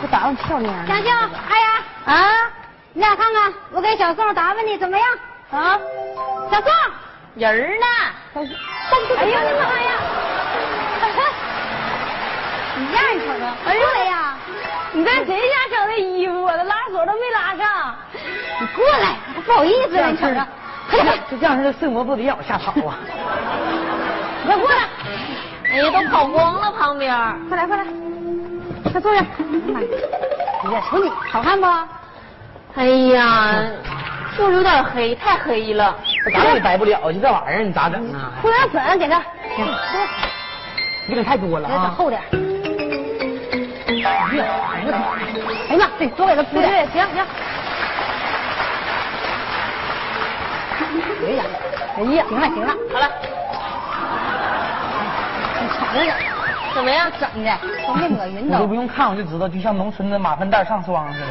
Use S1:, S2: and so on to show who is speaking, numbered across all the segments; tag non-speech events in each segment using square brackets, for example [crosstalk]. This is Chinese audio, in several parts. S1: 不打扮漂亮？
S2: 香秀，哎呀，
S1: 啊
S2: 你俩看看，我给小宋打扮的怎么样？
S1: 啊，
S2: 小宋，
S1: 人儿呢？
S2: 哎呦我的妈呀！你让你瞅瞅，对呀，
S1: 你在谁家整的衣服？我的拉锁都没拉上。
S2: 你过来，不好意思了，你瞅瞅，快点，
S1: 这样式的睡魔不得让我吓跑
S2: [laughs]
S1: 啊！
S2: 你快过来，
S3: 哎呀，都跑光了旁边。
S2: 快来，快来，快坐下。妈呀
S1: 哎呀，瞅你，
S2: 好看不？
S3: 哎呀，就是有点黑，太黑了。
S1: 咱们也白不了，你这玩意儿你咋整啊？
S2: 护眼粉给他，
S1: 你可太多了
S2: 给他整
S1: 啊！
S2: 厚点。
S1: 哎呀哎呀
S2: 哎呀妈，对，多给他铺点。对，行行。
S1: 哎呀，
S2: 哎呀，行了行了，
S3: 好了，
S2: 瞅着点，
S3: 怎么样？
S2: 整的都没抹匀
S1: 我都
S2: 都
S1: 不。用看我就知道，就像农村的马粪蛋上霜似的。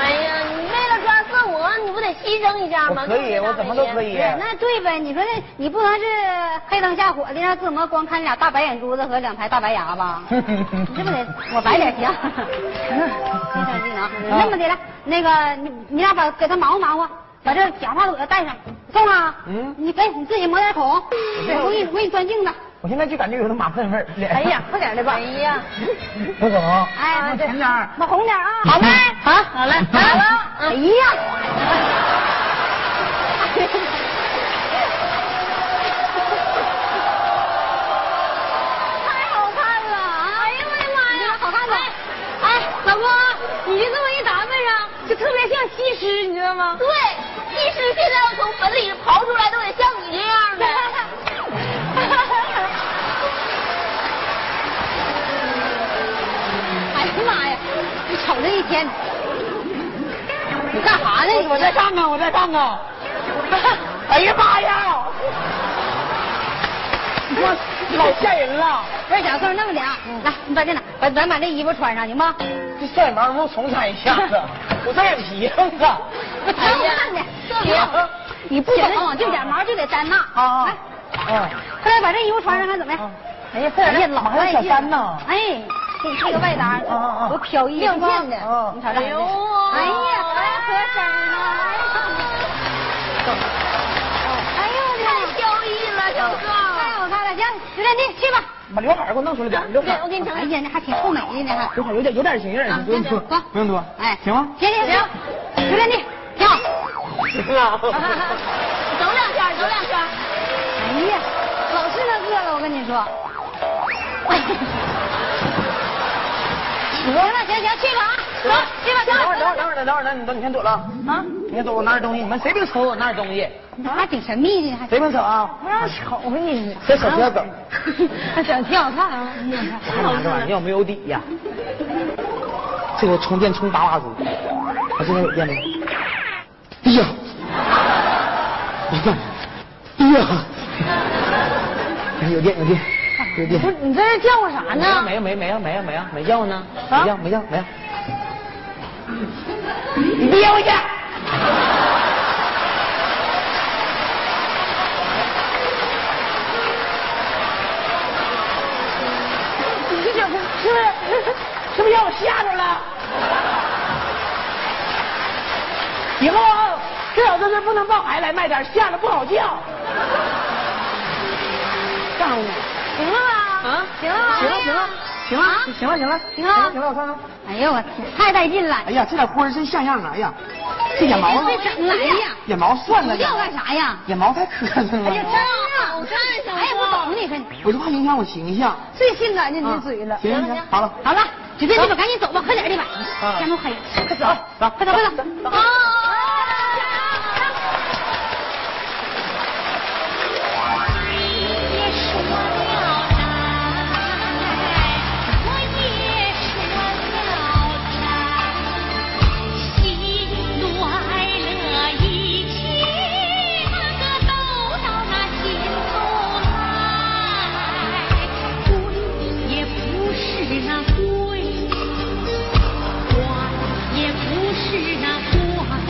S3: 哎呀，你为了抓自我，你不得牺牲一下
S1: 我
S3: 吗？
S1: 可以，我怎么都可以。
S2: 对，那对呗。你说那，你不能是黑灯瞎火的让自摸光看俩大白眼珠子和两排大白牙吧？你这不得我白啊点
S1: [laughs]
S2: [laughs] 行？非常
S3: 啊
S2: 技
S1: 啊
S2: 能。那么的来，那个你你俩把给他忙活忙活，把这假发朵戴上。宋啊，
S1: 嗯
S2: 你给你自己抹点口红，我啊给你我给你钻镜子。
S1: 我现在就感觉有点马粪味儿。
S3: 哎呀，，快点的吧。哎呀，
S1: 不怎么。
S2: 哎，
S1: 往前点儿啊
S2: 抹红点 [laughs] 啊。
S3: 好嘞，
S2: 好，
S3: 好嘞，好
S2: 来
S3: 了
S2: 了。。哎
S3: 嗯
S2: 呀，
S3: 太好看了啊！哎呀，我的妈呀，
S2: 好看不？
S3: 哎，老公，你就这么一打扮上，就特别像西施，你知道吗？对，西施现在要从坟里刨出来，都得像你这样的。
S2: [laughs] 哎呀妈呀，你瞅这一天，你干啥呢？
S1: 我在上啊，我在上
S2: [laughs]
S1: 啊！哎呀妈呀！我老吓人了，嗯
S2: 不是小宋，那么的啊，来，你把这拿，把咱把这衣服穿上行吗？
S3: 哎
S1: 这帅毛能重穿一下
S3: [laughs]
S1: 子，我这眼皮子。
S2: 我
S3: 哎
S2: 真
S3: 呀啊
S2: 看的，
S1: 行
S2: 你不懂，就点毛就得粘那。
S1: 啊
S2: 来，
S1: 啊！
S2: 快来把这衣服穿上，看怎么样
S1: 啊？
S2: 哎呀，快点来，
S1: 马上小三呢
S2: 哎，给你配个外搭
S1: 啊啊啊，
S2: 多飘逸，亮片的
S1: 啊
S2: 你瞅瞅。
S3: 哎呦啊
S2: 哎呀，可合身儿了。哎呦我的妈呀！
S3: 太飘逸了，小宋。
S2: 太好看了，行，刘天地去吧。
S1: 把刘海儿给我弄出来点儿，刘海
S3: 对，我
S1: 儿
S3: 给你整
S2: 哎
S3: 理。
S2: 呀，那还挺臭美的呢，还。
S1: 刘海儿有点有点型儿，不用多，
S2: 走，
S1: 不用多，
S2: 哎，
S1: 行
S2: [laughs]
S1: 吗？
S2: 行行行，刘天地，挺好。
S1: 行
S2: [laughs]
S1: 啊
S3: 走两圈，走两圈。
S2: 哎呀，老是那个了，我跟你说。 [laughs] 行了，行行，去吧啊，走，去吧，
S1: 等会儿，
S2: 走
S1: 等会儿，等会儿，等会儿，等会儿你先躲了啊！你先躲，我拿点东西，你们谁别瞅我拿点东西，
S2: 走，还挺神秘的，还
S1: 谁别瞅啊！
S2: 不让瞅你。
S1: 这手不要抖。
S2: 还整挺好看啊，
S1: [laughs] 还拿这玩意儿，要没有底呀、这个充电充八瓦钟，我这边有电没？哎呀！哎呀！哎呀！哎有电有电有电！
S2: 你在这叫唤啥
S1: 没有没有没啊有没有没啊有没叫呢，没叫没叫没叫！你别回去！
S2: 你这整的是不是？
S1: [laughs] 是不是让我吓着了？以后啊，这小子是不能抱孩子来卖点，吓得不好叫。干我！
S2: 行了吧？
S3: 啊
S2: 行了吧？
S1: 行了行了行了行啊了行了行
S2: 行了
S1: 了，我看看。
S2: 哎呦我天，太带劲了！
S1: 哎呀，这俩花儿真像样啊！哎呀，这眼毛呢哎
S2: 这？整来呀？
S1: 眼毛算了
S2: 你，叫干啥呀？
S1: 眼毛太磕碜
S2: 哎
S1: 了，
S2: 呀，真
S3: 好
S2: 啊！
S3: 看小
S2: 哎呀，
S3: 宋
S2: 不懂你说你
S1: 我就怕影响我形象。
S2: 最性感的你的
S1: 啊
S2: 嘴了。
S1: 行行行，好了，
S2: 好了，指定这边赶紧走吧，快点的吧
S1: 啊，
S2: 天都黑了，快走，
S1: 走
S2: 快走，快走。
S3: 啊！
S4: 那贵，官也不是那官。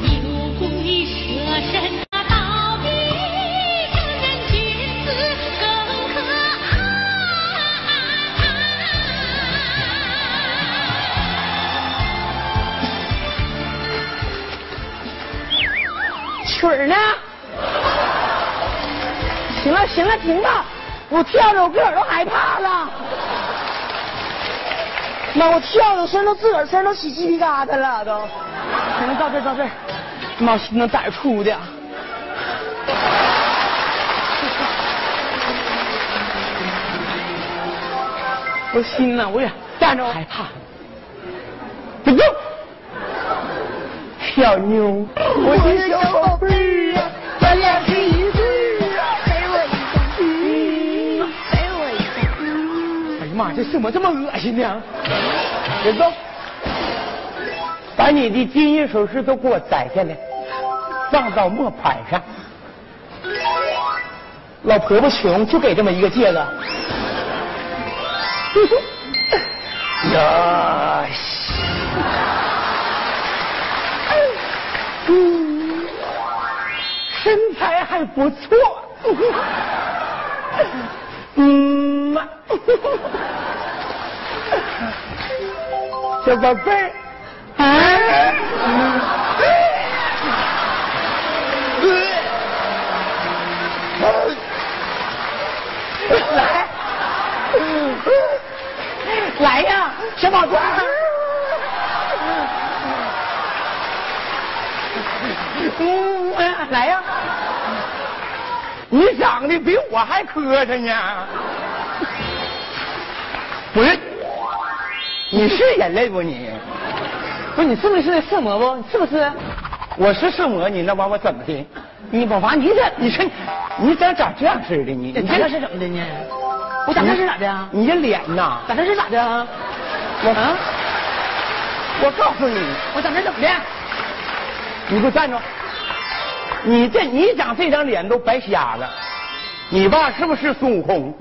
S4: 牛鬼蛇神啊，倒比正人君子更可爱。
S1: 行了停吧，我跳着我自个儿都害怕了。妈，我跳的身都自个儿身都起鸡皮疙瘩了都。行了，到这儿到这儿，妈我心能咋出的？我心呐，我也站着我害怕。不动，小妞，我是小宝贝儿啊，咱俩是一对儿啊。嗯哎呀妈，这怎么这么恶心呢？别动，把你的金银首饰都给我摘下来，放到磨盘上。老婆婆穷，就给这么一个戒指。 [laughs] 呀西！嗯，身材还不错。嗯嘛，小宝贝儿。来，来呀，小宝贝儿。嗯，来呀！你长得比我还磕碜呢。不是，你是人类不你？不是你是不是色魔不？你是不是？我是色魔，你那把我怎么的？你我把你咋？你说你咋长这样似的？你
S5: 这咱这是怎么的呢？我长这是咋的啊？
S1: 你这脸呐？
S5: 长这是咋的啊？
S1: 我啊！我告诉你，
S5: 我长这怎么的？
S1: 你给我站住！你这你长这张脸都白瞎了，你爸是不是孙悟空？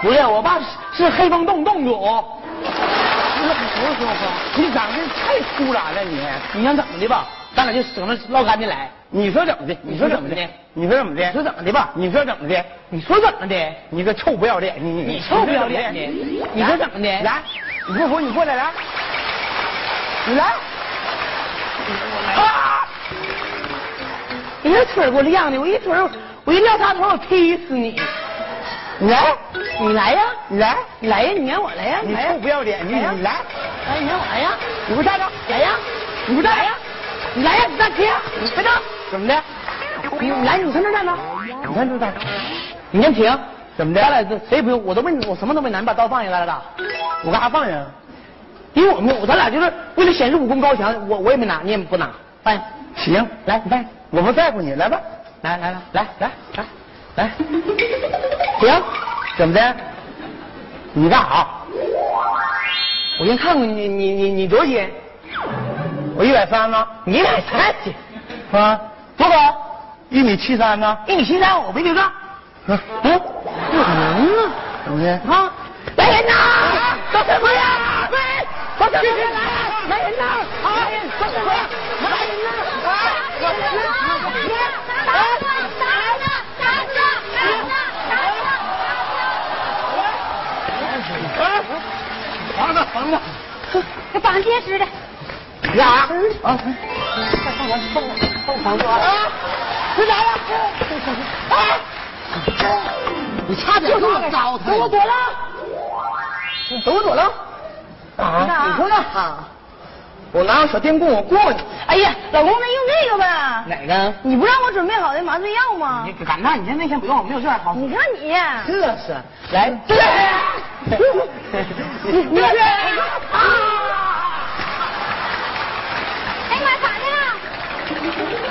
S5: 不是，我爸是是黑风洞洞主。
S1: 不是不是孙悟空，你长得太突然了你。
S5: 你想怎么的吧？咱俩就省着唠干净来。
S1: 你说怎么的？你说怎么的？你说怎么的？
S5: 你说怎么的吧？
S1: 你说怎么的？
S5: 你说怎么的？
S1: 你个臭不要脸！你
S5: 你臭不要脸的！你说怎么的？
S1: 来，你不服你过来来，你来。啊！
S5: 你这腿儿给我晾的，我一腿儿我一撂他腿儿我踢死你！
S1: 你来，
S5: 你来呀！
S1: 你来，
S5: 你来呀！你撵我来呀！
S1: 你
S5: 来呀
S1: 臭不要脸！你
S5: 来呀
S1: 你来，
S3: 哎
S5: 来，你撵我来呀！
S1: 你给我站住！
S5: 来呀！
S1: 你给我站
S5: 来
S1: 住
S5: 呀！！你来呀！你大踢！你别动！
S1: 怎么的？
S5: 你来，你上那儿站着。
S1: 你看这大哥，
S5: 你先停。
S1: 怎么的
S5: 咱俩这谁也不用，我都没，我什么都没拿，你把刀放下来了。
S1: 我干啥放人？
S5: 因为我们我咱俩就是为了显示武功高强，我我也没拿，你也不拿。放下，
S1: 行，
S5: 哎来，你放下，
S1: 我不在乎你，来吧，
S5: 来来来
S1: 来
S5: 来
S1: 来来
S5: 来，
S1: 行，怎么的？你干啥？
S5: 我先看看你你你你多少斤？
S1: 我一百三呢？
S5: 你一百三十斤，
S1: 啊，多高？一米七三呢？
S5: 一米七三五，没对账。
S1: 嗯，
S5: 嗯，不可能啊！
S1: 怎么的？
S5: 啊，来人呐！都是鬼呀！喂，都是鬼来！来人呐！啊，都是鬼！来人呐！
S2: 哎
S5: 啊，我
S1: 哎，房子房子，
S2: 这绑结实的。
S1: 干啥？啊，
S5: 放房子啊！
S1: 干啥呀？哎，
S5: 你差点给我糟蹋！
S1: 躲了，
S5: 躲躲了！
S1: 干啥？
S5: 你说干啥？我拿个小电棍，我过你。
S1: 哎呀，老公，那用这个呗。
S5: 哪个？
S1: 你不让我准备好的麻醉药吗？
S5: 你敢那？你先那先不用，没有这样好。
S1: 你看你，
S5: 这是来这
S1: 你你
S5: 这
S3: 哎呀妈，咋的了？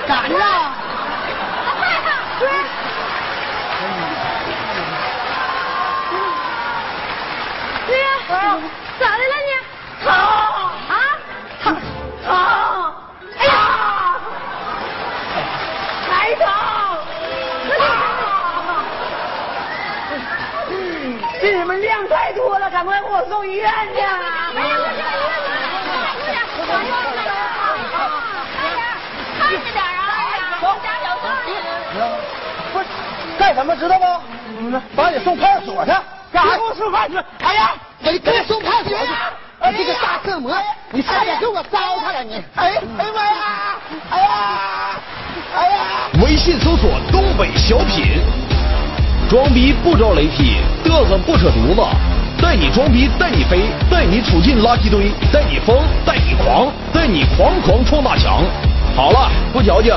S5: 咋的了？
S3: 害怕，对。对呀，咋的了你？疼啊！疼疼！哎呀，还疼！
S1: 这你们量太多了，赶快给我送医院去！
S3: 哎呀，快点，快点，快点，快点！快点，看着点啊！走，加油，
S1: 不是，干什么知道吗？把你送派出所去。干啥？给我送派出所！哎呀，
S6: 我就给你送派出所去！
S1: 哎呀
S6: 你这个大色魔，你差点给我糟蹋了你！
S1: 哎呀哎呀妈呀！哎呀，哎呀！
S7: 微信搜索“东北小品”，
S4: 装逼不招雷劈，嘚瑟不扯犊子，带你装逼带你飞，带你处进垃圾堆，带你疯带你狂，带你狂狂撞大墙。好了，不矫情，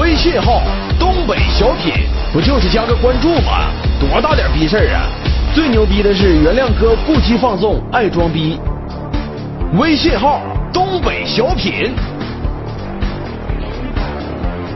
S4: 微信号东北小品，不就是加个关注吗？多大点逼事儿啊！最牛逼的是原谅哥不羁放纵，爱装逼。微信号东北小品。